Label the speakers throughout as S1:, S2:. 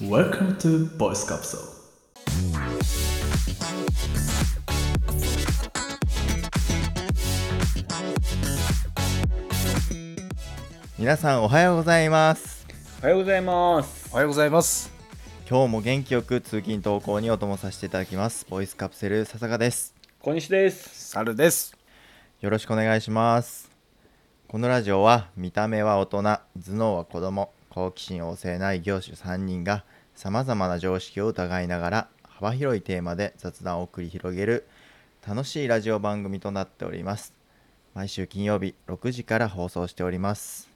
S1: Welcome to Voice Capsule.
S2: 皆さんおはようございます
S3: おはようございます
S4: お。はようございます。
S2: 今日も元気よく通勤登校にお供させていただきますボイスカプセル笹香です
S3: 小西です。
S4: 猿です。
S2: よろしくお願いしますこのラジオは見た目は大人頭脳は子供好奇心旺盛な異業種3人がさまざまな常識を疑いながら幅広いテーマで雑談を繰り広げる楽しいラジオ番組となっております毎週金曜日6時から放送しております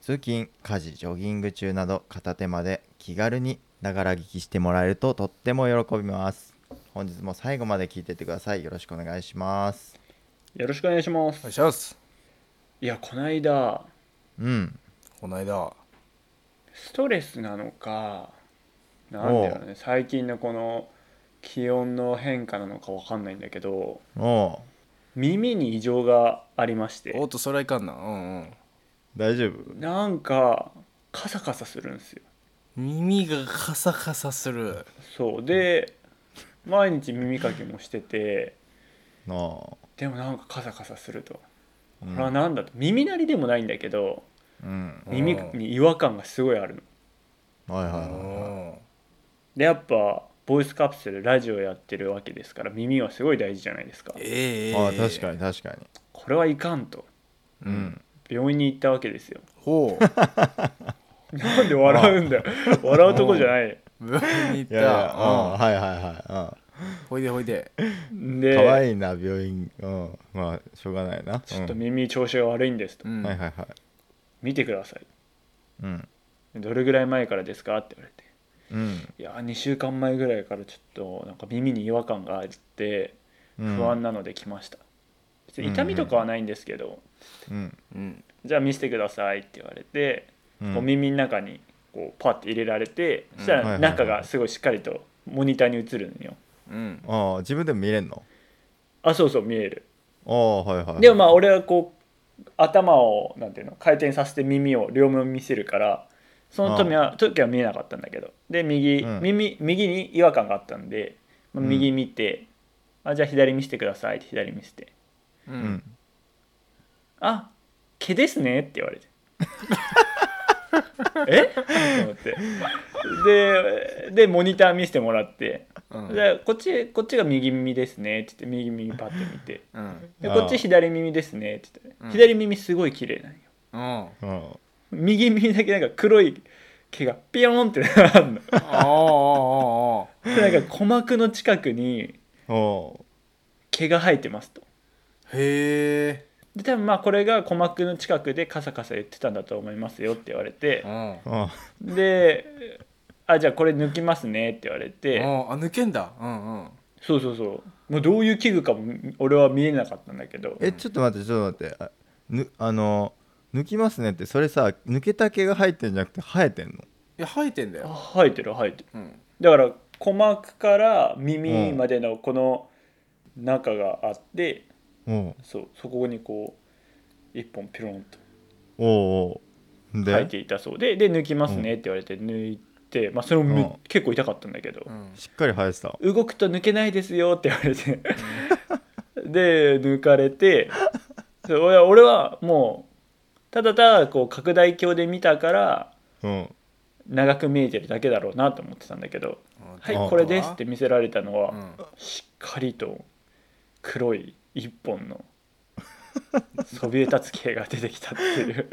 S2: 通勤家事ジョギング中など片手間で気軽にながら聞きしてもらえるととっても喜びます本日も最後まで聞いていってくださいよろしくお願いします
S3: よろしくお願いしま
S4: お
S3: す。
S4: 願いします。
S3: いや、この間、
S2: うん
S4: この間、
S3: ストレスなのか、なんだろうね、最近のこの気温の変化なのかわかんないんだけど、
S2: おう
S3: 耳に異常がありまして
S4: お、っとそれはいかんな。うんうん。
S2: 大丈夫
S3: なんか、カサカサするんですよ。
S4: 耳がカサカサする。
S3: そう。で、毎日耳かきもしてて、
S2: あ
S3: でもなんかカサカサすると。
S2: あ、う
S3: これは
S2: ん
S3: なんだと。耳鳴りでもないんだけど、
S2: うん、
S3: 耳に違和感がすごいあるの。
S2: はいはいは
S4: う
S2: いはい
S4: ん。
S3: でやっぱボイスカプセルラジオやってるわけですから耳はすごい大事じゃないですか
S4: ええ
S2: ああ確かに確かに
S3: これはいかんと
S2: う
S4: うんん
S3: 病院に行ったわけですよ
S4: ほう。
S3: なんで笑うんだよ笑うとこじゃない
S4: 病院に行っ
S2: い
S4: た。
S2: やいやうん
S4: う
S2: はいはいは
S4: んほいでほいで。
S2: いう
S3: で
S2: ん可愛いな病院うんまあしょうがないな
S3: ちょっと
S2: うん
S3: 耳調子が悪いんですと、
S4: うん
S2: はいはいはい
S3: 見てください
S2: うん
S3: どれぐらい前からですかって言われて
S2: うん
S3: いや2週間前ぐらいからちょっとなんか耳に違和感があって
S2: うん
S3: 不安なので来ました、別に痛みとかはないんですけど、
S2: うん
S4: うん。
S3: じゃあ見せてくださいって言われて
S2: うん
S3: こう耳の中にこうパッて入れられてそした
S4: うん
S2: はいはい
S3: ら
S2: はい
S3: 中がすごいしっかりとモニターに映るのよ
S4: うん。
S2: ああ自分でも見れんの
S3: あそうそう見える
S2: ああはいはい
S3: でもまあ俺はこう頭をなんていうの回転させて耳を両目を見せるからその時は時は見えなかったんだけどで右、
S2: うん
S3: 耳右に違和感があったんで、まあ
S2: うん
S3: 右見て、あじゃあ左見せてくださいって左見せて
S4: う。
S2: うんん
S3: あ毛ですねって言 われてえと思ってででモニター見せてもらって
S4: うん。
S3: でこっちこっちが右耳ですねって言って右耳パッて見て
S4: うん。
S3: で
S2: あ
S3: こ
S2: ー
S3: っち左耳ですねって言って、
S4: うん
S3: 左耳すごい綺麗なんよ
S4: うん。
S2: うん
S3: 右耳だけなんか黒い毛がピヨーンって なるの
S4: あああああ
S3: でなんか鼓膜の近くに
S2: お
S3: 毛が生えてますと
S4: あ。へえ。
S3: で多分まあこれが鼓膜の近くでカサカサ言ってたんだと思いますよって言われて
S4: うん。
S2: うあ
S3: であじゃあこれ抜きますねって言われ
S4: う
S3: て
S4: んあ抜けんだ。うんうん。
S3: そうそうそうもうどういう器具かも俺は見えなかったんだけど
S2: えちょっと待ってちょっと待ってあぬあの抜きますねってそれさ抜けた毛が入ってんじゃなくて生えてんの
S4: いや生えてんだよ。
S3: あ生えてる生えてる
S4: うん。
S3: だから鼓膜から耳までのこの中があって、
S2: おう
S3: そうそこにこう一本ピロンと
S2: おうおう
S3: 入っ
S2: で
S3: ていたそうでで抜きますねって言われて抜いて、まあ、それもめ、
S2: うん
S3: 結構痛かったんだけど
S4: う、ん。
S2: しっかり生えてた
S3: 動くと抜けないですよって言われて で抜かれてそう俺は俺はもうただただこう拡大鏡で見たから
S2: うん
S3: 長く見えてるだけだろうなと思ってたんだけど「はい
S2: あ
S3: これです」って見せられたのは。
S4: うん
S3: しっかりと黒い一本のそびえ立つ毛が出てきたって いう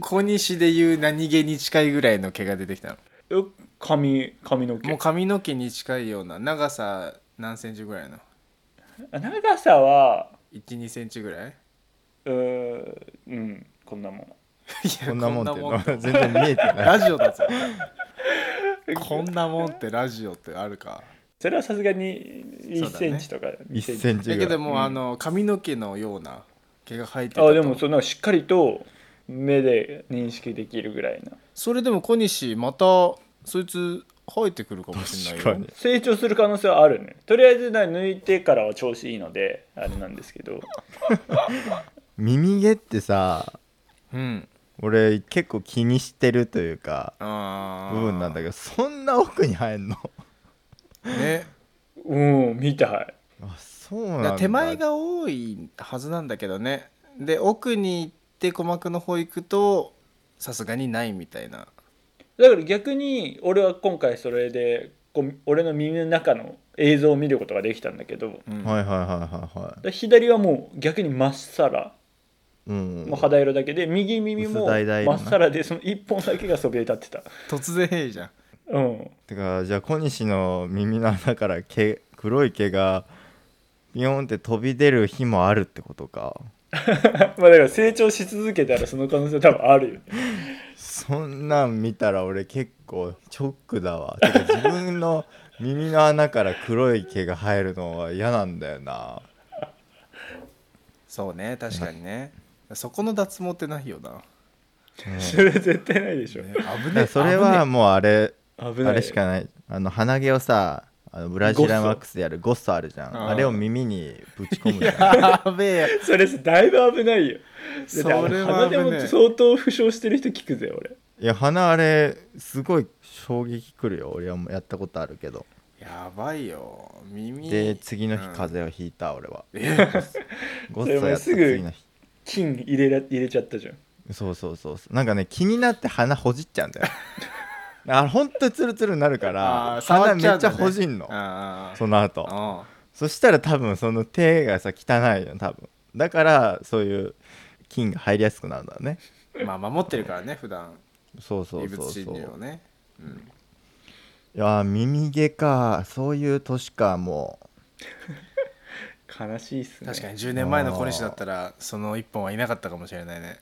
S4: 小西で言う何気に近いぐらいの毛が出てきたの
S3: う髪髪の毛
S4: もう髪の毛に近いような長さ何センチぐらいの
S3: 長さは
S4: 12センチぐらい いう
S3: ーうんこんなもん
S4: や
S2: こんなもんって
S4: こんなもん
S2: 全然見えて ない。
S4: ラジオだぞこんなもんってラジオってあるか
S3: それはさすがに1
S4: そうだね
S3: センチとか2
S2: 1
S3: ンチ
S2: センチ
S4: だ
S2: ぐ
S4: け
S2: ら
S4: ど
S2: い。
S4: もうあの髪の毛のような毛が生えてたと
S3: あでもそんなしっかりと目で認識できるぐらいな
S4: それでも小西またそいつ生えてくるかもしれ
S2: 確
S4: な
S2: か
S4: いよ
S2: に。
S3: 成長する可能性はあるねとりあえずな抜いてからは調子いいので あれなんですけど
S2: 耳毛ってさ、
S4: うん
S2: 俺結構気にしてるというか
S4: あ
S2: 部分なんだ
S4: け
S2: けどそんな奥に入んの
S4: どね
S3: うんみたい
S2: あそうなん
S4: だか
S2: だ
S4: ら手前が多いはずなんだけどねで奥に行って鼓膜の方行くとさすがにないみたいな
S3: だから逆に俺は今回それでこう俺の耳の中の映像を見ることができたんだけどだか
S4: うん
S2: はいはいはいはいは
S3: ら左はもう逆にまっさら
S2: いうん
S3: もう肌色だけで右耳
S2: 薄
S3: も
S2: 橙色な
S3: まっさらでその一本だけがそびえ立ってた
S4: 突然変異じゃん
S3: うん
S2: てかじゃあ小西の耳の穴から毛黒い毛がビヨンって飛び出る日もあるってことか
S3: まあだから成長し続けたらその可能性多分あるよね。
S2: そんなん見たら俺結構ショックだわてか自分の耳の穴から黒い毛が生えるのは嫌なんだよな
S4: そうね確かにねそこの脱毛ってないよな、
S3: それ絶対ないでしょ。
S4: ね危
S2: だか
S4: ねえ
S2: らそれはもうあれ
S3: 危な
S2: あ
S3: い。
S2: れしかないあの鼻毛をさあのブラジルワックスでやるゴッソあるじゃん
S4: あー
S2: あれを耳にぶち込む
S4: 危
S2: じ
S4: ね
S2: ゃん
S4: え やべえよ
S3: それだいぶ危ないよ。だって
S4: それ
S3: あの
S4: は
S3: 鼻
S4: 危
S3: で
S4: ね
S3: も
S4: え
S3: 相当負傷してる人聞くぜ俺。
S2: いや鼻あれすごい衝撃くるよ俺はもうやったことあるけど
S4: やばいよ耳
S2: で次の日
S4: うん
S2: 風邪をひいた俺は
S4: え
S2: ごっそ
S3: それ
S2: や
S3: も
S2: った
S3: すぐ
S2: 次の日
S3: 金入れら入れちゃったじゃん。
S2: そうそうそうそうなんかね気になって鼻ほじっちゃ うんだよあほんとツルツルになるから
S4: あー触
S2: 鼻
S4: っ
S2: め
S4: ちゃう
S2: っ
S4: ん
S2: ち
S4: だ
S2: ゃ
S4: ね
S2: ほじんの
S4: あ
S2: その後
S4: あ
S2: そしたら多分その手がさ汚いじゃん多分だからそういう菌が入りやすくなるんだよね
S4: うんまあ守ってるからね普段
S2: そうそ
S4: 異
S2: う
S4: 物
S2: そう
S4: 侵
S2: そう
S4: 入をね
S2: いやー耳毛かそういう年かも
S3: 悲しいっすね。
S4: 確かに10年前の小西だったらその一本はいなかったかもしれないね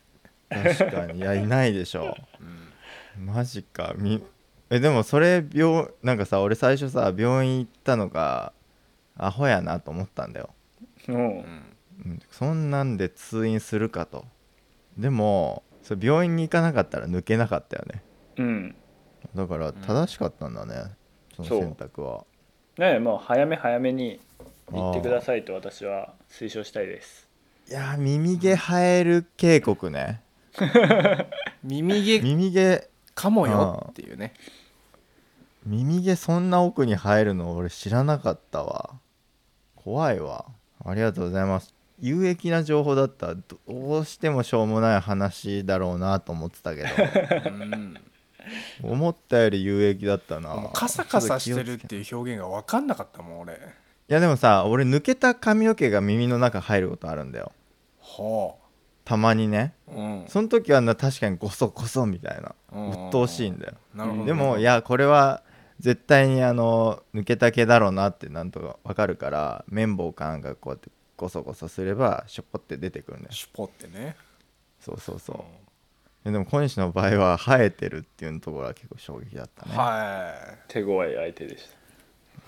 S2: う確か にいやいないでしょマジかみえでもそれ病なんかさ俺最初さ病院行ったのがアホやなと思ったんだよ、
S3: うん
S4: う。ん
S2: うん、そんなんで通院するかとでもそれ病院に行かなかったら抜けなかったよね
S3: うん。
S2: だから正しかったんだね、その選択は
S3: ねえもう早め早めに行ってくださいと私は推奨したいです。
S2: いやー耳毛生える警告ね
S4: 耳毛
S2: 耳毛
S4: かもよっていうね
S2: 耳毛そんな奥に生えるの俺知らなかったわ怖いわありがとうございます有益な情報だったらどうしてもしょうもない話だろうなと思ってたけ
S4: うん
S2: ど思ったより有益だったな
S4: もうカサカサして
S2: ち
S4: る
S2: ょっと気を
S4: っ
S2: つけ
S4: ていう表現が分かんなかったもん俺
S2: いやでもさ俺抜けた髪の毛が耳の中入ることあるんだよ
S4: ほ
S2: たまにね
S4: ううん
S2: その時はな確かにゴソゴソみたいな
S4: うんうんうん
S2: 鬱陶しいんだよ
S4: なるほどね
S2: でもいやこれは絶対にあの抜けた毛だろうなってなんとかわかるから綿棒かなんかこうやってゴソゴソすればしょこって出てくるんだよ
S4: シュポってね
S2: そうそうそう
S4: うん
S2: えでも小西の場合は生えてるっていうところは結構衝撃だったねは
S4: は
S3: 手強い相手でし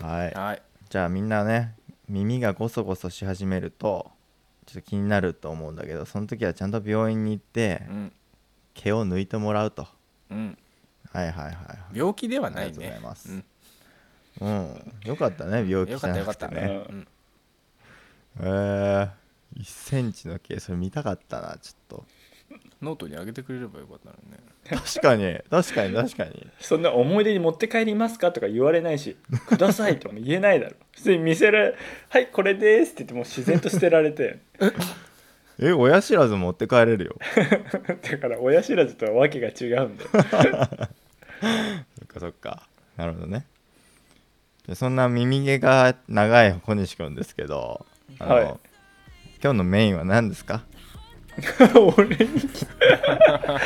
S3: た。
S2: い
S4: いはい
S2: じゃあみんなね耳がゴソゴソし始めるとちょっと気になると思うんだけどその時はちゃんと病院に行って
S4: うん
S2: 毛を抜いてもらうと
S4: うん
S2: はいはいはいはい
S4: 病気ではな
S2: あ
S4: いね
S2: りがとうございます
S4: うん
S2: うん、よかったね病気
S4: よ
S2: じ
S4: かっ
S2: ゃ
S4: た
S2: な
S4: よか
S2: く
S4: ってた
S2: ね
S4: うん
S2: えー、1センチの毛それ見たかったなちょっ
S4: ノートにあげてくれればよかったのにね
S2: と確かに確かに確かに
S3: そんな思い出に持って帰りますかとか言われない し「ください」とも言えないだろ普通に見せられ「はいこれです」って言ってもう自然と捨てられて
S2: え親知らず持って帰れるよ
S3: だから親知らずとはわけが違うんだよ
S2: そっかそっかなるほどねでそんな耳毛が長い小西君ですけどあの、
S3: はい
S2: 今日のメインは何ですか
S3: 俺に来た今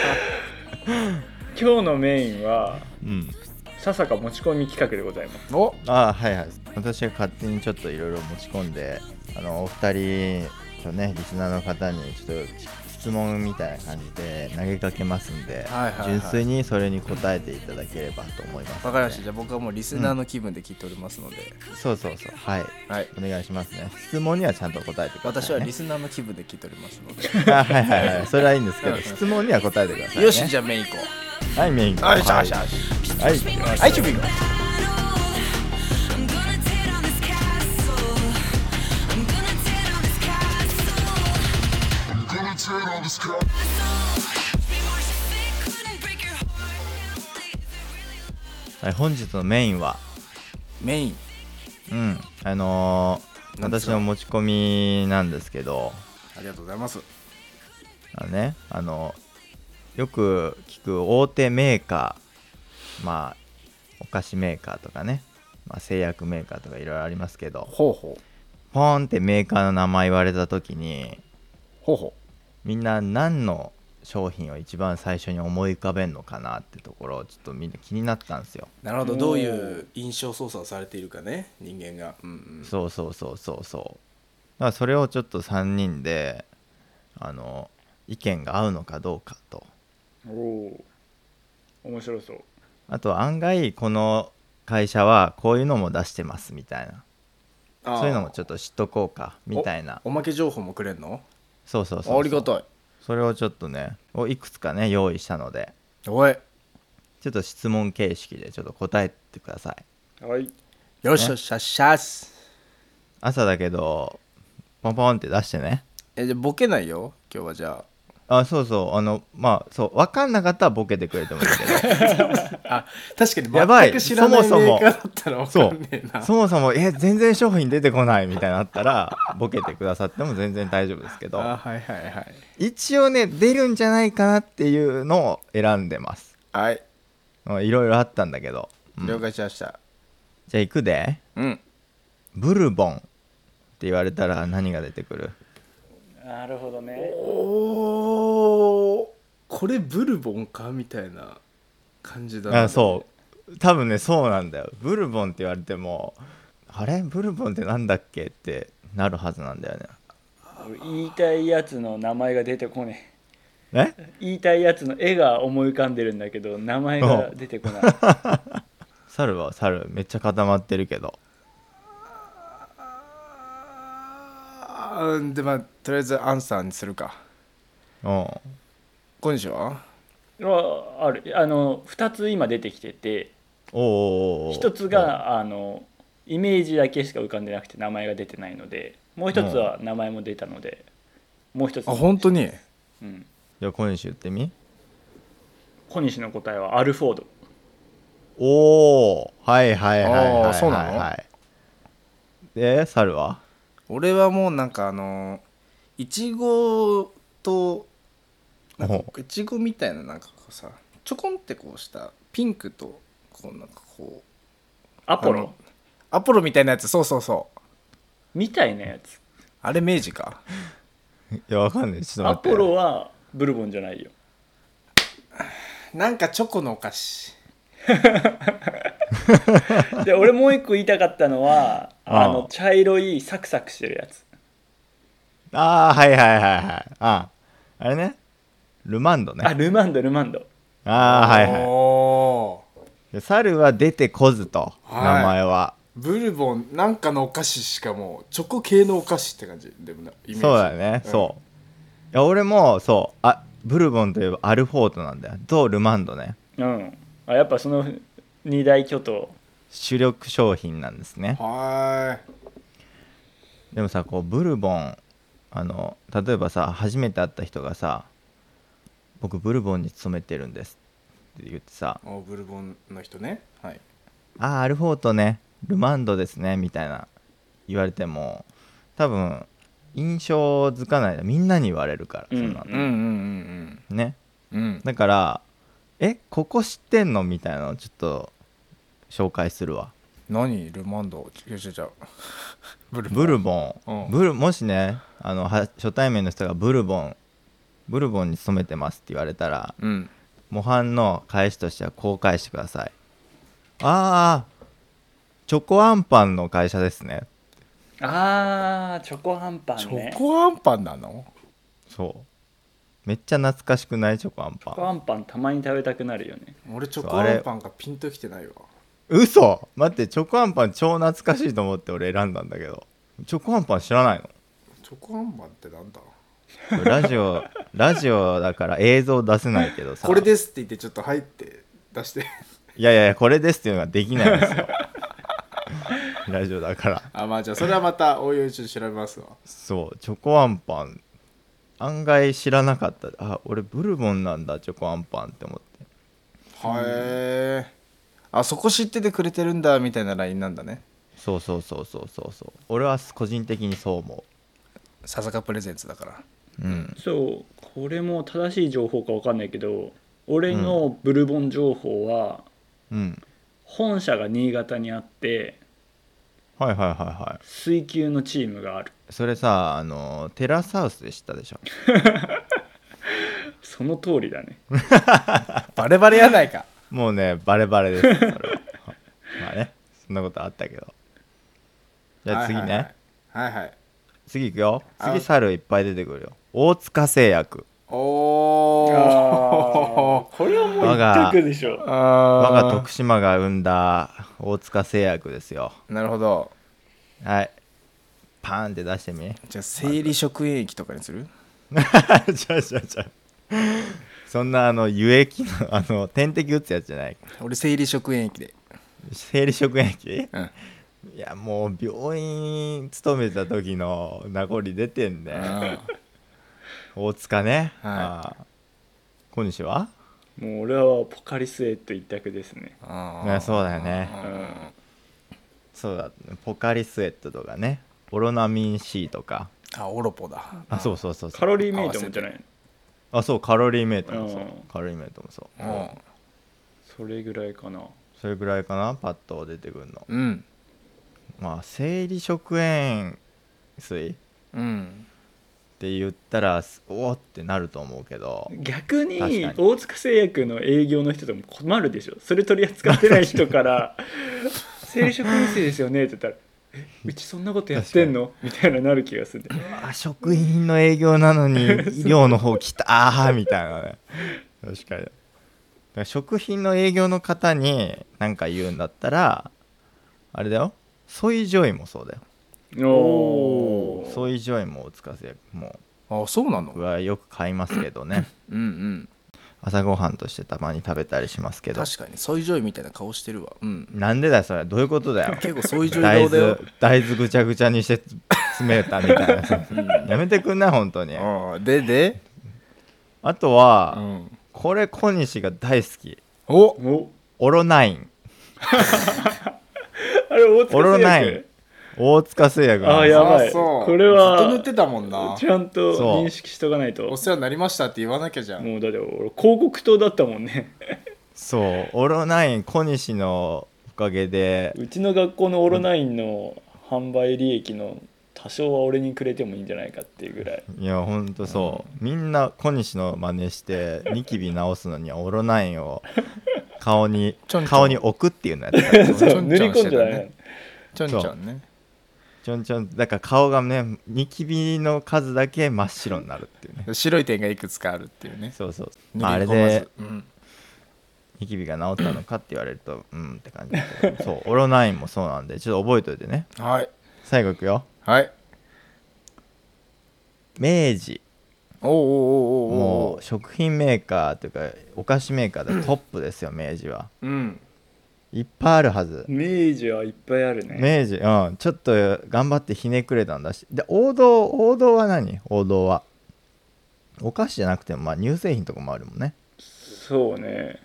S3: 日のメインは
S2: うん
S3: ささか持ち込み企画でございます
S4: お
S2: ああはいはい私が勝手にちょっといろいろ持ち込んであのお二人とねリスナーの方にちょっと質問みたいな感じで投げかけますんで、
S4: はいはいはい
S2: 純粋にそれに答えていただければと思います
S4: わかりましたじゃあ僕はもうリスナーの気分で聞いておりますので、
S2: そうそうそうはい
S4: はい
S2: お願いしますね質問にはちゃんと答えてください、ね、
S4: 私はリスナーの気分で聞いておりますので、
S2: あはいはいはいそれはいいんですけど
S4: うん
S2: 質問には答えてください、ね、
S4: よしじゃあメイン行こ
S2: はいメイン
S4: うよしよしよ
S2: は
S4: し
S2: い、はい、
S4: はい準備行こう
S5: I'm gonna tear down this castle. I'm gonna tear down this castle. I'm gonna tear down this castle.
S2: はい本日のメインは
S4: メイン
S2: うんあのー
S4: 何です
S2: 私
S4: か
S2: の持ち込みなんですけど
S4: ありがとうございます
S2: あのねあのよく聞く大手メーカーまあお菓子メーカーとかね、まあ、製薬メーカーとかいろいろありますけど
S4: ほうほう
S2: ポーンってメーカーの名前言われた時に
S4: ほうほ
S2: みんな何の商品を一番最初に思い浮かべんのかなってところをちょっとみんな気になったんですよ。
S4: うなるほ
S3: お
S4: ど
S3: ー
S4: どういう印象操作をされているかね人間がうんうん
S2: そうそうそうそうそうだからそれをちょっと3人であの意見が合うのかどうかと
S3: おお面白そう
S2: あと案外この会社はこういうのも出してますみたいな
S4: あー
S2: そういうのもちょっと知っとこうかみたいな
S4: おまけ情報もくれんの
S2: そうそうそうそう
S4: ありがたい
S2: それをちょっとねをいくつかね用意したので
S4: おいよ
S2: ちょっと質問形式でちょっと答えてください
S3: はい
S4: っしゃっしゃっしゃっす
S2: 朝だけどポンポンって出してね
S4: えじゃあボケないよ今日はじゃ
S2: あそうそうあのまあそう分かんなかったらボケてくれてもいいけど
S4: ああ確かに
S2: やばい
S4: 全く知らないメ
S2: そもそも
S4: ーカーだった らわか
S2: そ
S4: んねえな
S2: うそもそも「え全然商品出てこない」みたいになったらボケてくださっても全然大丈夫ですけど
S4: あはいはいはい
S2: 一応ね出るんじゃないかなっていうのを選んでます
S4: はい
S2: うんいろいろあったんだけど、うん
S4: 了解しました
S2: じゃあ行くで
S4: うん
S2: ブルボンって言われたら何が出てくる
S3: なるほどね
S4: おおこれブルボンかみたいな感じだな
S2: あそう多分ねそうなんだよブルボンって言われてもあれブルボンってなんだっけってなるはずなんだよ
S3: 言いたいやつの名前が出てこね
S2: ね
S3: え
S2: え
S3: 言いたいやつの絵が思い浮かんでるんだけど名前が出てこない
S2: 猿は猿めっちゃ固まってるけど
S4: あーうんでまあとりあえずアンサーにするか
S2: うん
S4: 今週は
S3: ああるあの2つ今出てきてて
S2: おうおうおうおう
S3: 1つがあのイメージだけしか浮かんでなくて名前が出てないのでもう1つは名前も出たのでもう1つ
S4: あ本当に
S3: うん、
S2: じゃあ今週言ってみ
S3: 小西の答えはアルフォード
S2: おおはいはいはいはいはい、
S4: あ
S2: は
S4: ー
S2: い、
S4: そうなの
S2: で猿は
S4: 俺はもうなんかあのいちごとなんか
S2: お
S4: いちごみたいななんかこうさちょこんってこうしたピンクとこうなんかこう
S3: アポ
S4: あ
S3: ロ
S4: のアポロみたいなやつそうそうそう
S3: みたいなやつ
S4: あれ明治か
S2: いやわかんないちょ
S3: ア
S2: っと待って
S3: ポロはブルボンじゃないよ
S4: なんかチョコのお菓子
S3: で俺もう一個言いたかったのはあの
S2: ああ
S3: 茶色いサクサクしてるやつ
S2: ああはいはいはいはいああれねルマンドね
S3: あ
S2: あ
S3: ルマンドルマンド
S2: あーはいはい
S4: おー
S2: で猿は出てこずと、
S4: はい
S2: 名前は
S4: ブルボンなんかのお菓子しかもうチョコ系のお菓子って感じでもなイメージ
S2: そうだよね、そういや俺もそうあブルボンといえばアルフォートなんだよとルマンドね
S3: うんあやっぱその二大巨頭
S2: 主力商品なんですね
S4: うんはーい
S2: でもさこうブルボンあの例えばさ初めて会った人がさ「僕ブルボンに勤めてるんです」って言ってさ
S4: おブルボンの人ねはい
S2: 「ああアルフォートねルマンドですね」みたいな言われても多分印象づかないみんなに言われるからそ
S3: うん
S2: んな
S4: うん
S2: の
S4: うんうん
S2: ね
S4: うんうん
S2: だから「えここ知ってんの?」みたいなのをちょっと紹介するわ
S4: 何ルマンド違う違う違 うブル
S2: ブルボン、
S4: うん
S2: ブルもしねあのは初対面の人がブルボンブルボンに勤めてますって言われたら
S4: うん
S2: 模範の返しとしてはこう返してくださいああチョコアンパンの会社ですね
S3: あーチョコハンパンね
S4: チョコアンパンなの
S2: そうめっちゃ懐かしくないチョコアンパ
S3: チョコア
S2: ン
S3: ンパンたまに食べたくなるよね
S4: 俺チョ
S2: そう
S4: コ
S2: あれ
S4: アンパンがピンときてないわ
S2: 嘘待ってチョコアンパン超懐かしいと思って俺選んだんだけどチョコアンパン知らないの
S4: チョコアンパンってなんだ
S2: ラジオラジオだから映像出せないけどさ
S4: これですって言ってちょっと入って出して
S2: いやいやいやこれですっていうのができないんですよラジオだから
S4: あまあじゃあそれはまたおいおいちょっと調べますわ
S2: そうチョコアンパン案外知らなかったあ俺ブルボンなんだチョコアンパンって思って
S4: へえあそこ知っててくれてるんだみたいなラインなんだね
S2: そうそうそうそうそうそう俺は個人的にそう思
S4: 笹かプレゼンツだから
S2: ううん
S3: そうこれも正しい情報か分かんないけど俺のブルボン情報は
S2: うん
S3: 本社が新潟にあって
S2: はいはいはいは
S3: 水球のチームがある
S2: いそれさあのテラサウスで知ったでしょ
S3: その通りだね
S4: バレバレやないか
S2: もうねバレバレですそれは まあねそんなことあったけどじゃあ次ね、
S4: はいはい、はいはい、
S2: 次いくよ
S4: あ
S2: 次猿いっぱい出てくるよ大塚製薬
S4: お
S3: あ
S4: ー
S3: ーこれはもう
S2: 我が
S3: 一択でしょ
S4: あ
S2: 我
S4: ー
S2: が徳島が生んだ大塚製薬ですよ
S4: なるほど
S2: はいパーンって出してみ
S4: じゃあ生理食塩液とかにする
S2: ちゃうちゃうちゃうそんなあの輸液のあの点滴打つやつじゃない
S4: 俺生理食塩液で
S2: 生理食塩液
S4: うん
S2: いやもう病院勤めた時の名残出てんね
S4: あ
S2: 大塚ね、
S4: はい
S2: ああ小西は
S3: もう俺はポカリスエット一択ですね
S4: ーあ
S2: ねそうだよね
S3: うん
S2: そうだポカリスエットとかねオロナミン C とか
S4: あオロポだ
S2: あそうそうそうそ
S3: カ
S2: う
S3: ロリーメイトもじゃない
S2: あそうカロリーメイトもそう
S3: うん
S2: カロリーメイトもそう
S4: うん
S3: それぐらいかな
S2: それぐらいかなパッと出てくるの
S4: うん
S2: まあ生理食塩水っ
S4: うん
S2: て言ったらすおおってなると思うけど
S3: 逆
S2: 確
S3: に
S2: かに
S3: 大塚製薬の営業の人とも困るでしょそれ取り扱ってない人 から「生理食品水ですよね」って言ったら「えうちそんなことやってんの?」みたいななる気がするんだよ
S2: あ食品の営業なのに医療の方来たーみたいなね確かにだから食品の営業の方に何か言うんだったらあれだよソイジョイもそうだよ
S3: お
S2: ソイジョイも大塚製薬も
S4: あそうな
S2: 僕
S4: の
S2: はよく買いますけど ね
S4: うんうん
S2: 朝ごはんとしてたまに食べたりしますけど
S4: 確かにソイジョイみたいな顔してるわうん
S2: なんでだよそれどういうことだよ
S4: 結構ソイジョイ
S2: 大
S4: 顔だよ
S2: 豆大豆ぐちゃぐちゃにして詰めたみたいなやめてくんない本当に
S4: あーでで、
S2: あとは、
S4: ん、
S2: これ小西が大好き
S4: お
S3: お
S2: オロナイン
S3: あれ大塚製薬
S2: オロナイン大塚製薬なん
S3: あー
S2: です
S3: やばい
S4: そう
S3: これは
S4: ずっと塗ってたもんな
S3: ちゃんと
S2: そう
S3: 認識しとかないと
S4: お世話になりましたって言わなきゃ じゃん
S3: もうだって俺広告塔だったもんね
S2: そうオロナイン小西のおかげで
S3: うちの学校のオロナインの販売利益の多少は俺にくれてもいいんじゃないかっていうぐらい
S2: いやほんとそうみんな小西の真似してニキビ直すのにはオロナインを顔に
S4: ちょんちょん
S2: 顔に置くっていうのやってた
S4: ちょんち
S3: 塗
S4: ょん
S3: り込んじゃダメ
S4: してた
S3: なの
S4: ねちょんちょんね
S2: ちょんちょんだから顔がねニキビの数だけ真っ白になるっていうね
S4: 白い点がいくつかあるっていうね
S2: そうそう、
S4: 塗り
S2: まあ、あれ
S4: 込まず
S2: で
S4: うん
S2: ニキビが治ったのかって言われるとうんって感じだけどそうオロナインもそうなんでちょっと覚えといてね
S4: はい
S2: 最後いくよ
S4: はい
S2: 明治
S4: おうおうおうおう
S2: も
S4: お
S2: う食品メーカーというかお菓子メーカーでトップですよ明治は
S4: ううん
S2: いっぱいあるはず
S3: 明治はいっぱいあるね
S2: 明治うんちょっと頑張ってひねくれたんだしで王道王道は何王道はお菓子じゃなくてもまあ乳製品とかもあるもんね
S3: そうね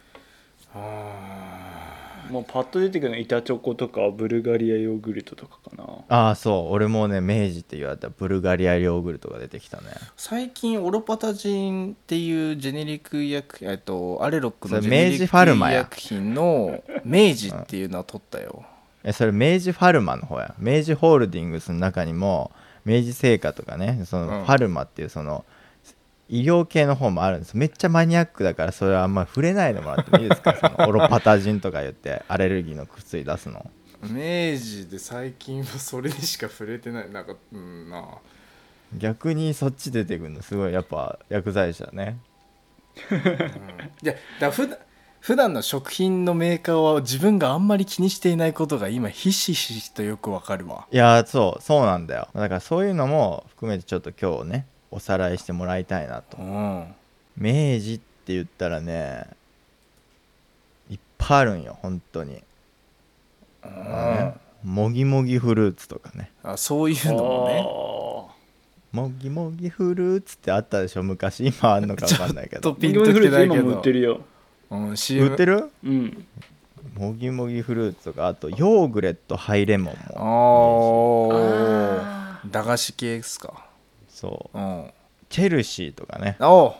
S3: もうパッと出てくるのは板チョコとかブルガリアヨーグルトとかかな
S2: ああそう俺もね明治って言われたらブルガリアヨーグルトが出てきたね
S4: 最近オロパタジンっていうジェネリック医薬えっとアレロックの
S2: そ
S4: ジ
S2: れ
S4: ェネリ
S2: 明治フ
S4: ッ
S2: ァル
S4: ク
S2: マ
S4: 医
S2: や
S4: 薬品の明治っていうのは取ったよ
S2: えそれ明治ファルマの方や明治ホールディングスの中にも明治製菓とかねそ
S4: うん
S2: のファルマっていうその医療系の方もあるんですめっちゃマニアックだからそれはあんまり触れないでもらってもいいです かそのオロパタジンとか言ってアレルギーの薬出すの
S4: 明治で最近はそれにしか触れてないなんかうんな
S2: 逆にそっち出てくるのすごいやっぱ薬剤師だね
S4: いやだから普段普段の食品のメーカーは自分があんまり気にしていないことが今ひしひしとよくわかるわ
S2: いやーそうそうなんだよだからそういうのも含めてちょっと今日ねおさらいしてもらいたいなと
S4: うん
S2: 明治って言ったらねいっぱいあるんよ本当に
S4: あ
S2: もぎもぎフルーツとかね
S4: そういうのもね
S2: もぎもぎフルーツってあったでしょ昔今あんのか分かんないけ
S4: ちょっと
S2: ど
S4: ピン
S3: と
S4: とき
S3: フルー
S4: て
S3: ツ
S4: ない
S3: 今
S4: け
S3: も売
S4: ど
S3: ってるよ
S4: うん CM
S2: 売ってる
S3: うん
S2: もぎもぎフルーツとかあとヨーグレットハイレモン
S4: あ
S2: も
S4: あ駄菓子系ですか
S2: そう
S4: うん
S2: チェルシーとかね
S4: おお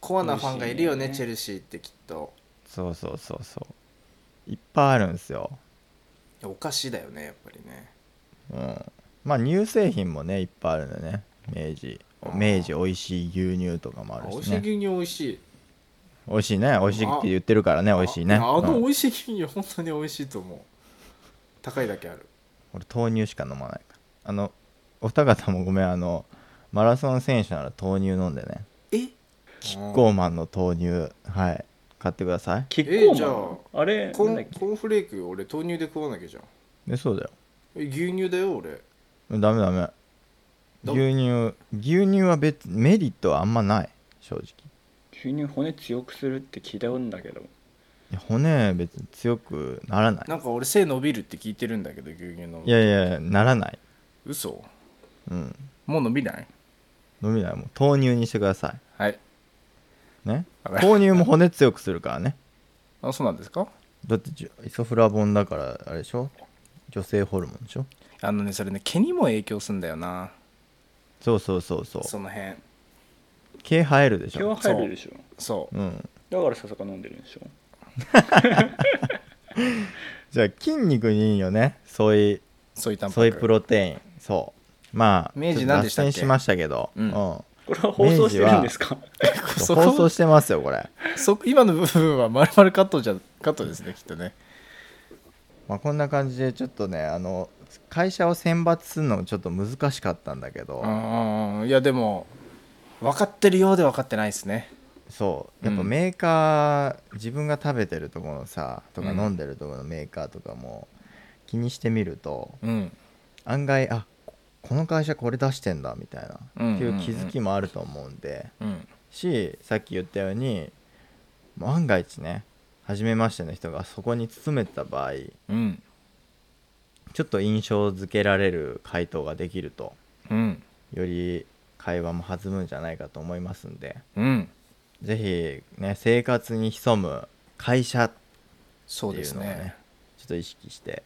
S4: コアなファンがいるよねチェルシーってきっと
S2: そうそうそうそういっぱいあるんですよ、
S4: お菓子だよねやっぱりね
S2: うん、まあ乳製品もねいっぱいあるんでね明治明治おいしい牛乳とかもあ
S4: あ
S2: る
S4: 美味
S2: し
S4: しい牛
S2: ね
S4: 乳美味しい
S2: 美味しいね美味しいって言ってるからね美味しいね
S4: ああの
S2: うん
S4: 美味しい牛乳本当に美味しいと思う高いだけある
S2: 俺豆乳しか飲まないからあのお二方もごめんあのマラソン選手なら豆乳飲んでね
S4: え
S2: キッコーマンの豆乳はい買ってください
S3: キッコ
S4: えじゃ
S3: ーマンあれ
S4: コ
S3: なんだっ
S4: ン
S3: け
S4: コーンフレーク俺豆乳で食わなきゃじゃん
S2: えそうだよ
S4: え牛乳だよ俺
S2: ダメダメ
S4: ど
S2: 牛乳牛乳は別メリットはあんまない正直い
S3: 牛乳骨強くするって聞いたんだけど
S2: や骨別に強くならない
S4: なんか俺背伸びるって聞いてるんだけど牛乳飲む
S2: いやいやいやならない
S4: 嘘
S2: うん
S4: もう伸びない
S2: 飲みないもう豆乳にしてくださ
S4: はい
S2: いね
S4: わかり
S2: 豆乳も骨強くするからね
S4: あそうなんですか
S2: だってじゅイソフラボンだからあれでしょ女性ホルモンでしょ
S4: あのねそれね毛にも影響すんだよな
S2: そうそうそうそう
S4: その辺
S2: 毛生えるでし
S3: 今
S2: ょ
S3: 日入るでしょ
S4: そう
S2: うん
S3: だからささか飲んでるんでしょ
S2: じゃあ筋肉にいいよねソイ
S4: そういった
S2: ソイ プロテインそうまあ
S4: 明治何でしたっけ
S2: ちょと脱線しましたけど、
S4: うん
S3: これは放送してるんですか
S2: そう放送してますよこれ、
S4: そ今の部分は丸々カットじゃカットですねきっとね
S2: まあ、こんな感じでちょっとねあの会社を選抜するのもちょっと難しかったんだけど、
S4: うんいやでも分かってるようで分かってないですね
S2: そうやっぱ
S4: うん
S2: メーカー、自分が食べてるとこのさとか
S4: うん
S2: 飲んでるとこのメーカーとかも気にしてみると、
S4: うん
S2: 案外あここの会社これ出してんだみたいな、
S4: うん
S2: っていう気づきもあると思うんで
S4: うん
S2: しさっき言ったように万が一ね初めましての人がそこに勤めてた場合
S4: うん
S2: ちょっと印象付けられる回答ができると
S4: うん
S2: より会話も弾むんじゃないかと思いますんで
S4: うん
S2: ぜひね生活に潜む会社って
S4: そう
S2: い
S4: で
S2: う
S4: す
S2: のを
S4: ね
S2: ねちょっと意識して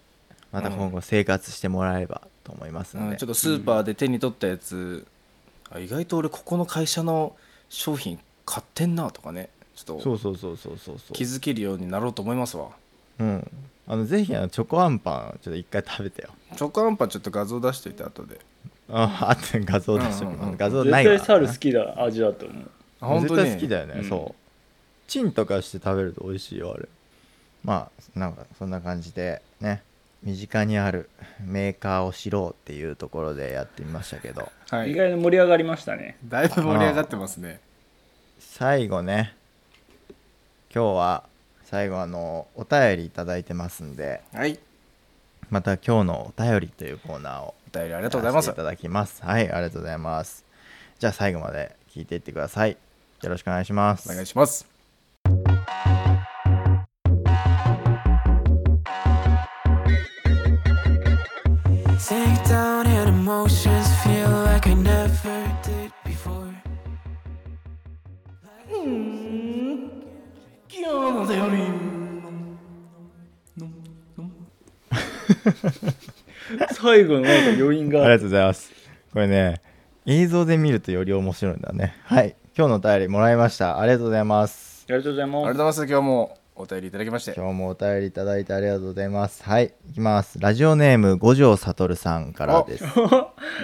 S2: また今後生活してもらえればと思いますんで、
S4: うんちょっとスーパーで手に取ったやつ、あ意外と俺ここの会社の商品買ってんなとかねちょっ
S2: そ
S4: と
S2: うそうそうそうそうそう
S4: 気づけるようになろうと思いますわ
S2: うん、あのぜひあのチョコアンパンちょっと一回食べてよ
S4: チョコアンパンちょっと画像出しといて後で
S2: ああって画像出しても
S4: うんうんうん
S2: 画像
S3: 絶
S2: ないから
S3: 対サル好きだ味だと思う
S4: あ本当に
S2: 絶対好きだよね、
S4: ん
S2: そうチンとかして食べると美味しいよあれまあなんかそんな感じでね身近にあるメーカーを知ろうっていうところでやってみましたけど
S4: は
S3: 意
S4: い
S3: 外に盛り上がりましたね
S4: だいぶ盛り上がってますね
S2: 最後ね今日は最後あのお便り頂いただいてますんで
S4: はい
S2: また今日のお便りというコーナーを
S4: お便りあ
S2: あ
S4: りがとうございます
S2: いただきます。はい、ありがとうございます。じゃあ最後まで聞いていってください。よろしくお願いします。
S4: お願いします
S3: 最後のなんか余韻
S2: ありが
S3: が
S2: とうございます。これね、映像で見るとより面白いんだね。はい、今日のお便りもらいました。ありがとうございます。
S3: ありがとうござい
S4: ありが
S3: ま
S4: とうございます今日もお便りいただきまして
S2: 今日もお便りいただいてありがとうございます。はい、いきます。ラジオネーム五条悟さんからです。 あ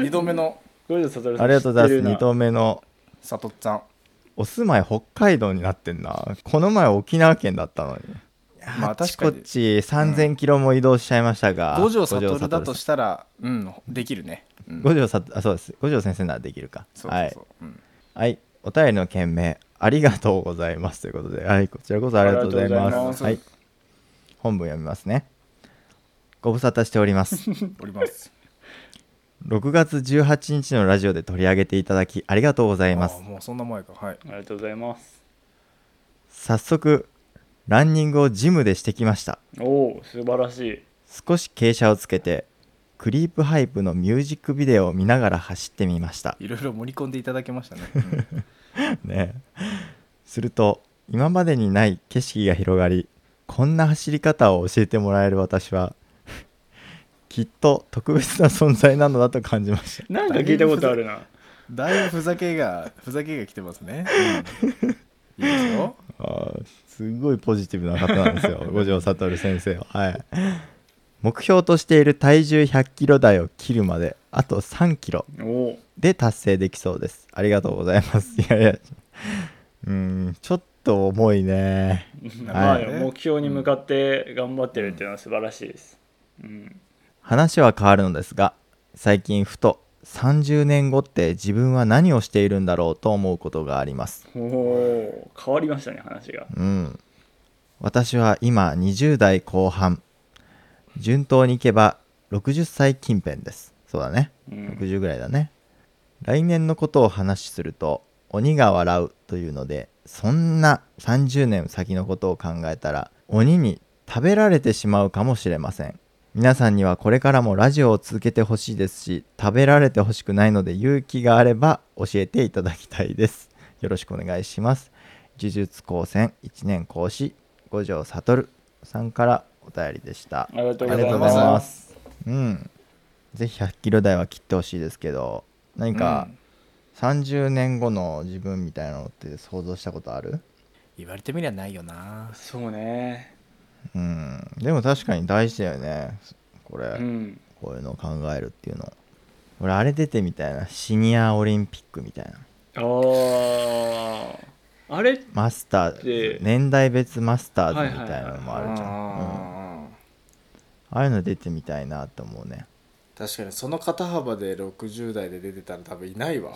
S4: 2度目の
S3: これで悟さん
S2: りがとうございます。
S3: 知ってるな
S2: 二度目の
S4: さとっさん
S2: お住まい北海道になってんな。この前沖縄県だったのに。
S4: まあ
S2: あっちこ
S4: 確か
S2: っ
S4: に
S2: ち3000キロも移動しちゃいましたが、
S4: 五条悟
S2: さ
S4: だとしたらうんできるねうん
S2: 五条さんあそうです五条先生ならできるか
S4: そう
S2: は
S4: そう
S2: い
S4: そううん
S2: はいお便りの件名ありがとうございますということではいこちらこそありがとうござい
S3: あ
S2: ま
S3: りが
S2: す
S3: とう
S4: ござ
S2: はい
S4: ます
S2: い本文読みますねご無沙汰しております
S4: おります
S2: 6月18日のラジオで取り上げていただきありがとうございま
S4: あ
S2: す
S4: もうそんな前かはい
S3: ありがとうございます
S2: 早速ランニングをジムでしてきました
S3: おおー素晴らしい
S2: 少し傾斜をつけてクリープハイプのミュージックビデオを見ながら走ってみました
S4: いろいろ盛り込んでいただき ましたね。
S2: ねすると今までにない景色が広がりこんな走り方を教えてもらえる私はきっと特別な存在なのだと感じました
S3: なんか聞いたことあるな
S4: だいぶふざけがふざけが来てますね、うんいいですよ
S2: あーすごいポジティブな方なんですよ五条悟先生ははい目標としている体重100キロ台を切るまであと3キロ
S3: おお
S2: で達成できそうですありがとうございますいやいやうーんちょっと重いね
S3: ーまあ
S2: はい
S3: 目標に向かって頑張ってるっていうのは素晴らしいです、うん、
S2: 話は変わるのですが最近ふと30年後って自分は何をしているんだろうと思うことがあります
S3: おお変わりましたね話が
S2: うん私は今20代後半順当にいけば60歳近辺ですそうだね
S3: うん、
S2: 60ぐらいだね来年のことを話しすると鬼が笑うというのでそんな30年先のことを考えたら鬼に食べられてしまうかもしれません皆さんにはこれからもラジオを続けてほしいですし食べられてほしくないので勇気があれば教えていただきたいですよろしくお願いします呪術高専1年講師五条悟さんからお便りでした
S3: ありがとう
S2: あ
S3: ご
S2: り
S3: ざ
S2: がと
S3: いう
S2: ござい
S3: ま
S2: ますす。うん。ぜひ100キロ台は切ってほしいですけど、何か30年後の自分みたいなのって想像したことある
S4: 言われてみりゃないよな
S3: そうね
S2: うん。でも確かに大事だよね。これ、
S3: うん
S2: こういうのを考えるっていうの。俺、あれ出てみたいな。シニアオリンピックみたいな。
S3: あーあれ
S2: マスターズ、
S3: で
S2: 年代別マスターズみたいなのもあ
S4: う
S2: る
S4: ん
S2: じゃん。うん
S4: うん
S2: ああいうの出てみたいなと思うね。
S4: 確かにその肩幅で60代で出てたら多分いないわ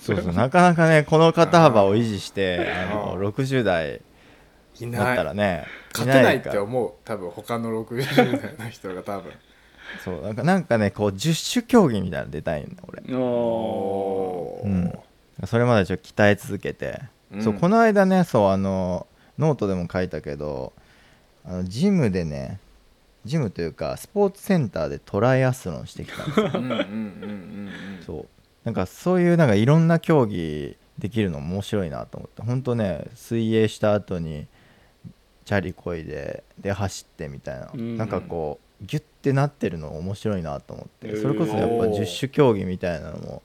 S2: そうそう、なかなかね、この肩幅を維持して、あの60代。
S4: い
S2: だ
S4: な
S2: っ
S4: い
S2: たらね
S4: 勝てないっ
S2: か
S4: て思う多分他の60代の人が多分
S2: そうなんかなんかねこう十種競技みたいなの出たいんだ俺、
S3: お
S4: おー
S2: うん、それまでちょっと鍛え続けて、
S4: うん
S2: そうこの間ねそうあのノートでも書いたけどあのジムでねジムというかスポーツセンターでトライアスロンしてきたんですよ
S4: うんうんうんうんうん
S2: そうなんかそういうなんかいろんな競技できるの面白いなと思って本当ね水泳した後にチャリこいでで走ってみたいな、
S3: うん
S2: なんかこうギュッてなってるの面白いなと思って、
S3: へー
S2: それこそやっぱ十種競技みたいなのも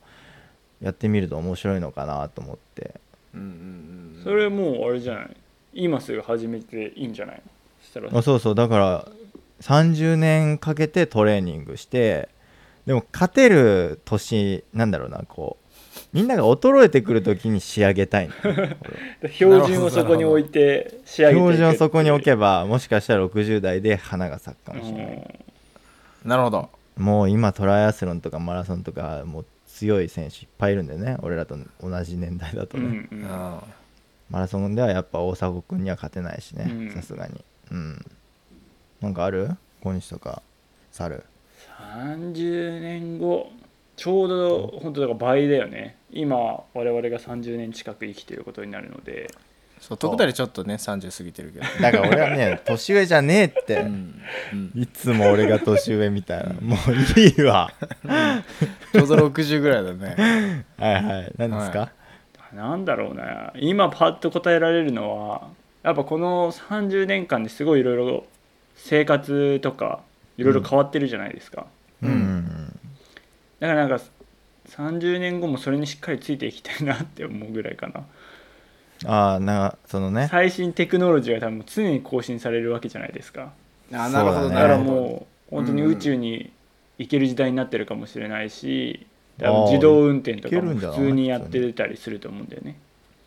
S2: やってみると面白いのかなと思って
S4: うんうんうん
S3: それもうあれじゃない今すぐ始めていいんじゃないのそしたら
S2: あそうそうだから30年かけてトレーニングしてでも勝てる年なんだろうなこうみんなが衰えてくる時に仕上げたいんだよね俺は
S3: 標準をそこに置いて仕上げていく
S2: 標準をそこに置
S3: ば
S2: けばもしかしたら60代で花が咲くかもしれない、
S4: なるほど
S2: もう今トライアスロンとかマラソンとかもう強い選手いっぱいいるんでね俺らと同じ年代だと
S3: うん
S2: ね、
S3: うん
S4: あ
S2: マラソンではやっぱ大迫君には勝てないし
S3: う
S2: ね
S3: ん
S2: さすがにうんなんかある小西とか猿
S3: 30年後ちょうど本当だから倍だよね今我々が30年近く生きていることになるので
S4: そう徳谷ちょっとね30過ぎてるけど、
S2: だから俺はね年上じゃねえって、
S4: うんうん
S2: いつも俺が年上みたいなもういいわ
S4: ちょうど60ぐらいだね
S2: はいはい何ですか、
S4: は
S3: なんだろうな今パッと答えられるのはやっぱこの30年間ですごいいろいろ生活とかいろいろ変わってるじゃないですか、
S2: うんうんうん
S3: だからなんか30年後もそれにしっかりついていきたいなって思うぐらいかな
S2: ああなんかそのね
S3: 最新テクノロジーが多分常に更新されるわけじゃないですか
S4: あなるほ
S2: そ
S4: ど
S2: う
S3: だ
S2: ね
S3: から
S4: なるほど
S3: もう本当に宇宙に行ける時代になってるかもしれないし
S2: あー
S3: 多分自動運転とか
S2: いける
S3: も
S2: んじゃない
S3: 普通にやってたりすると思うんだよね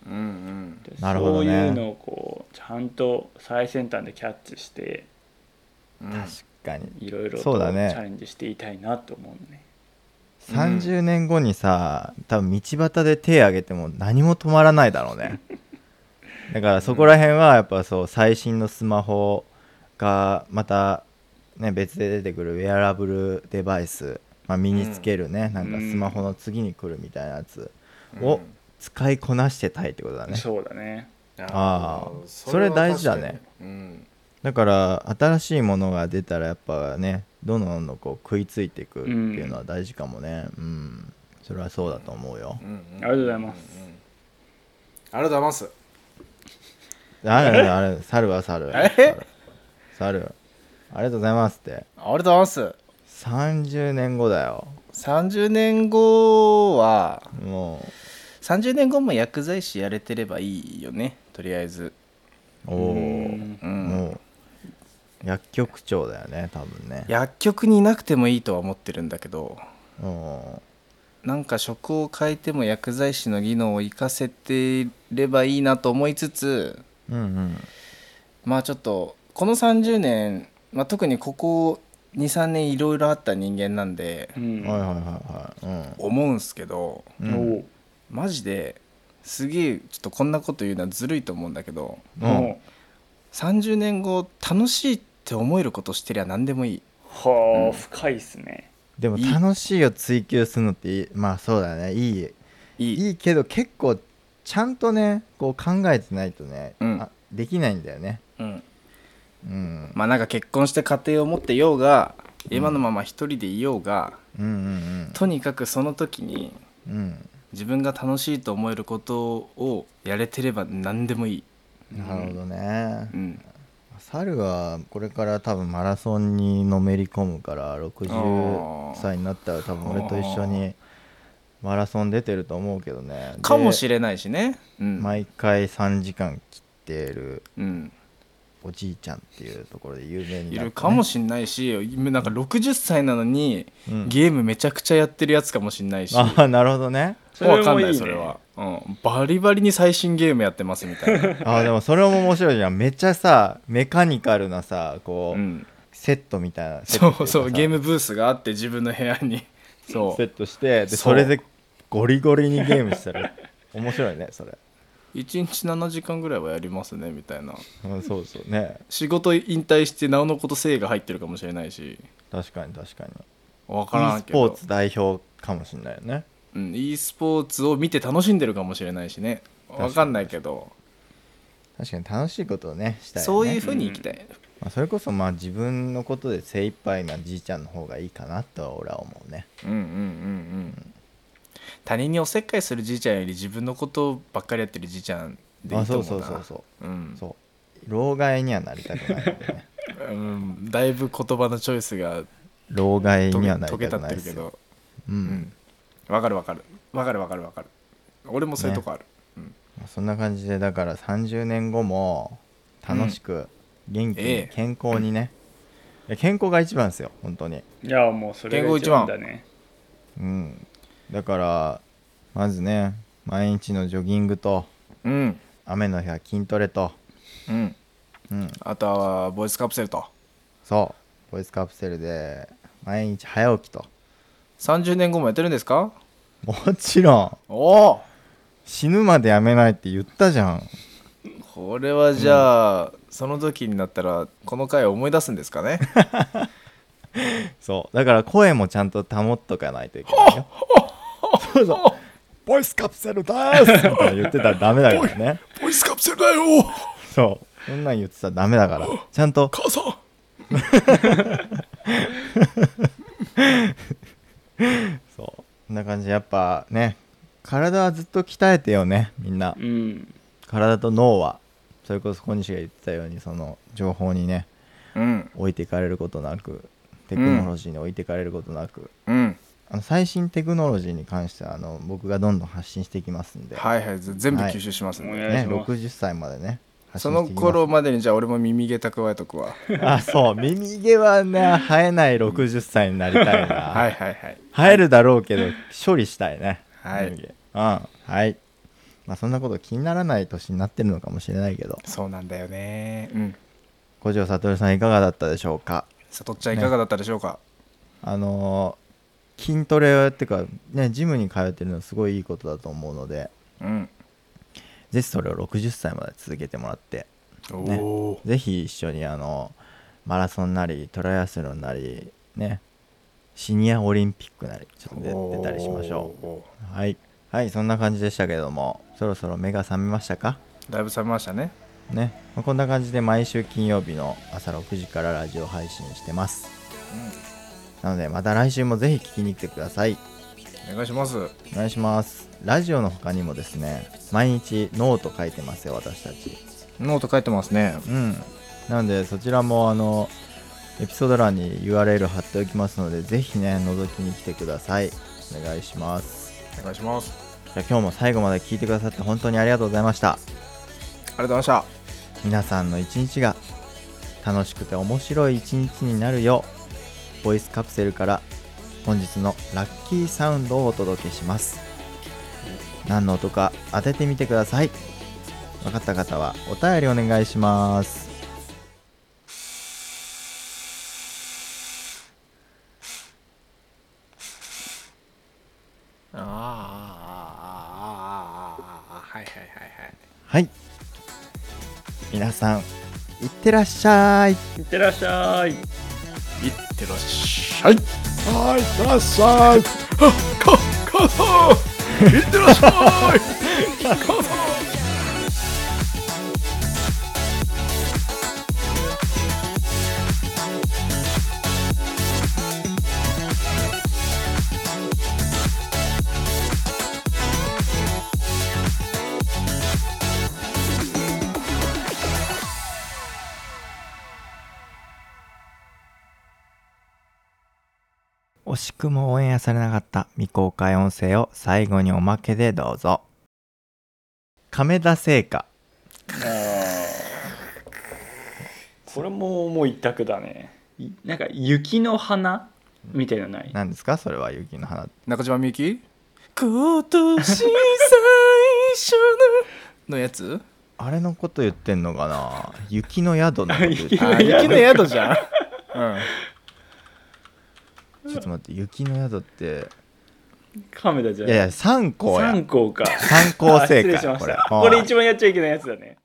S4: うんうん
S3: で
S2: なるほどね
S3: そういうのをこうちゃんと最先端でキャッチして
S4: うん
S2: 確かに
S3: いろいろ
S2: そ
S3: と
S2: う
S3: チ
S2: だね
S3: ャレンジしていたいなと思うね
S2: 30年後にさ、多分道端で手挙げても何も止まらないだろうねだからそこら辺はやっぱそう最新のスマホがまた、ね、別で出てくるウェアラブルデバイス、まあ、身につけるね、なんかスマホの次に来るみたいなやつを
S4: うん
S2: 使いこなしてたいってことだね、
S3: そうだね
S2: あー
S4: ー
S2: それ大事だね
S4: 確かにうん
S2: だから新しいものが出たらやっぱねどんどんどんこう食いついていくっていうのは大事かもねうん、それはそうだと思うよ、
S4: うん
S3: あり
S4: うん
S3: がとうございます
S4: うんうんありがとうございます
S2: あれあれあれ猿は猿
S4: え
S2: 猿ありがとうございますって
S4: ありがとうございます
S2: 30年後だよ
S4: 30年後は
S2: も
S4: 30年後も薬剤師やれてればいいよねとりあえず
S2: うおお
S4: うん
S2: もう薬局長だよね多分ね
S4: 薬局にいなくてもいいとは思ってるんだけど
S2: うん
S4: なんか職を変えても薬剤師の技能を活かせてればいいなと思いつつ
S2: うんうん
S4: まあちょっとこの30年、まあ、特にここ23年いろいろあった人間なんで
S3: うん
S2: はいはいはいはい
S4: 思うんすけど
S2: う
S3: お
S2: んうん
S3: ー
S4: マジですげえちょっとこんなこと言うのはずるいと思うんだけど
S2: うん
S3: も
S4: 30年後楽しいって思えることしてりゃ何でもいい。
S3: はあ深いっすね
S2: でも
S4: いい
S2: 楽しいを追求するのっていいまあそうだねいい
S4: いい
S2: いいけど結構ちゃんとねこう考えてないとね、
S4: うん
S2: あできないんだよね
S4: うん、
S2: うん、
S4: まあなんか結婚して家庭を持ってようが今のまま一人でいようが、
S2: うんうん
S4: とにかくその時に
S2: うんうん
S4: 自分が楽しいと思えることをやれてれば何でもいい、
S2: なるほどね
S4: う、ん、
S2: 猿はこれから多分マラソンにのめり込むから60
S4: ー
S2: 歳になったら多分俺と一緒にマラソン出てると思うけどね
S4: かもし
S2: れ
S4: れないしね、うん
S2: 毎回3時間切ってる
S4: うん、
S2: おじいちゃんっていうところで有名になって、
S4: いるかもしれないしなんか60歳なのに
S2: うん
S4: ゲームめちゃくちゃやってるやつかもしれない し、
S2: ああなるほどね
S3: それもいいね
S4: わかんないそれは、うん、バリバリに最新ゲームやってますみたい な、
S2: あーでもそれも面白いじゃんめっちゃさメカニカルなさこ
S4: う
S2: う、
S4: ん、
S2: セットみたいなセットってい
S4: そう
S2: か
S4: そう
S2: さ
S4: ゲームブースがあって自分の部屋にそ
S2: セ
S4: う
S2: ットしてで
S4: そう
S2: それでゴリゴリにゲームしたら面白いねそれ、
S4: 1日7時間ぐらいはやりますねみたいな
S2: うん、そうそうね
S4: 仕事引退してなおのこと生が入ってるかもしれないし
S2: 確かに確かに
S4: 分からん
S2: e ス
S4: けど
S2: ポーツ代表かもしれないよね
S4: うん、e スポーツを見て楽しんでるかもしれないしね
S2: かに
S4: 分かんないけど、
S2: 確かに楽しいことをねしたいよね
S4: そういうふうに生きたい、
S2: まあ、それこそまあ自分のことで精一杯なじいちゃんの方がいいかなとは俺は思うね
S4: うん、うんうんうん他人におせっかいするじいちゃんより自分のことばっかりやってるじいちゃんでいい
S2: あ
S4: と
S2: そうそう
S4: 思
S2: うそ
S4: な
S2: うそう
S4: う
S2: うんそう老害にはなりたくないよ ね
S4: うん、だいぶ言葉のチョイスが
S2: 老害
S4: と
S2: に
S4: げ
S2: はなり
S4: とげ
S2: た
S4: た
S2: く
S4: っ
S2: な
S4: て
S2: い
S4: る
S2: です
S4: け
S2: よ、
S4: ど
S2: うん
S4: うんわかるわかるわかるわかるわかる俺もそういうとこある、
S2: まあそんな感じでだから30年後も楽しく元気
S4: え
S2: に
S4: え
S2: 健康にね、いや健康が一番ですよ本当に
S3: いやもうそれが一番だね
S2: うんだからまずね毎日のジョギングと
S4: うん
S2: 雨の日は筋トレと
S4: うん
S2: うん
S4: あとはボイスカプセルと
S2: そうボイスカプセルで毎日早起きと
S4: 30年後もやってるんですか
S2: もちろん
S4: おお
S2: 死ぬまでやめないって言ったじゃん
S4: これはじゃあ、その時になったらこの回を思い出すんですかね
S2: そうだから声もちゃんと保っとかないといけないよそうそうボイスカプセルですみたいな言ってたらダメだから ね
S4: ボイスカプセルだよ
S2: そうそんなん言ってたらダメだからちゃんと
S4: 母さん
S2: そうこんな感じでやっぱね体はずっと鍛えてよねみんな
S3: うん
S2: 体と脳はそれこそ小西が言ってたようにその情報にね
S4: うん
S2: 置いていかれることなくテクノロジーに置いていかれることなく、
S4: うん
S2: あの最新テクノロジーに関してはあの僕がどんどん発信していきますんで、
S4: はいはいぜ全部吸収しますんで、
S3: はいお願いし
S2: ね、
S3: ます
S2: 60歳までね発
S4: そ
S2: 信して
S4: の
S2: いきます
S4: 頃までにじゃあ俺も耳毛蓄えとくわ
S2: あそう耳毛はね生えない60歳になりたいな、
S4: はいはいはい
S2: 生えるだろうけど処理したいね
S4: はい
S2: 眉毛うんはいまあそんなこと気にならない年になってるのかもしれないけど
S4: そうなんだよねうん
S2: 小城悟さんいかがだったでしょうか
S4: さとっちゃんいかがだったでしょうか、
S2: あのー筋トレっていうかねジムに通ってるのすごいいいことだと思うので
S4: うん
S2: ぜひそれを60歳まで続けてもらってね
S4: お
S2: ぜひ一緒にあのマラソンなりトライアスロンなりねシニアオリンピックなりちょっと出出たりしましょ
S4: う
S2: うはいはいそんな感じでしたけどもそろそろ目が覚めましたか
S4: だいぶ冷めましたね
S2: ね、まあこんな感じで毎週金曜日の朝6時からラジオ配信してます、なのでまた来週もぜひ聞きに来てください
S4: お願いします
S2: お願いしますラジオの他にもですね毎日ノート書いてますよ私たち
S4: ノート書いてますね
S2: うんなのでそちらもあのエピソード欄に URL 貼っておきますのでぜひね覗きに来てくださいお願いします
S4: お願いします
S2: じゃあ今日も最後まで聞いてくださって本当にありがとうございました
S4: ありがとうございま
S2: 皆さんの一日が楽しくて面白い一日になるようボイスカプセルから本日のラッキーサウンドをお届けします何の音か当ててみてください分かった方はお便りお願いします
S4: したああはいはいは
S2: はい皆さんいってらっしゃい
S3: いってらっしゃい
S4: いはいいってらっしゃいはいいってらっしゃいかかさんいってらっしゃい
S2: 惜しくもオンエアされなかった未公開音声を最後におまけでどうぞ亀田製菓
S3: これももう一択だねいなんか雪の花みたいなのない
S2: 何ですかそれは雪の花
S4: 中島みゆき今年最初ののやつ
S2: あれのこと言ってんのかな雪の宿のこと言って
S3: 雪
S4: あ
S3: の
S4: ー雪の宿じゃんうん
S2: ちょっと待って雪の宿って
S3: 亀田じゃ
S2: い
S3: ない
S2: やいや三校や
S3: 三校か
S2: 三校
S3: あ失
S2: 正
S3: 礼し
S2: 解
S3: まし
S2: これ
S3: たこれ一番やっちゃいけないやつだね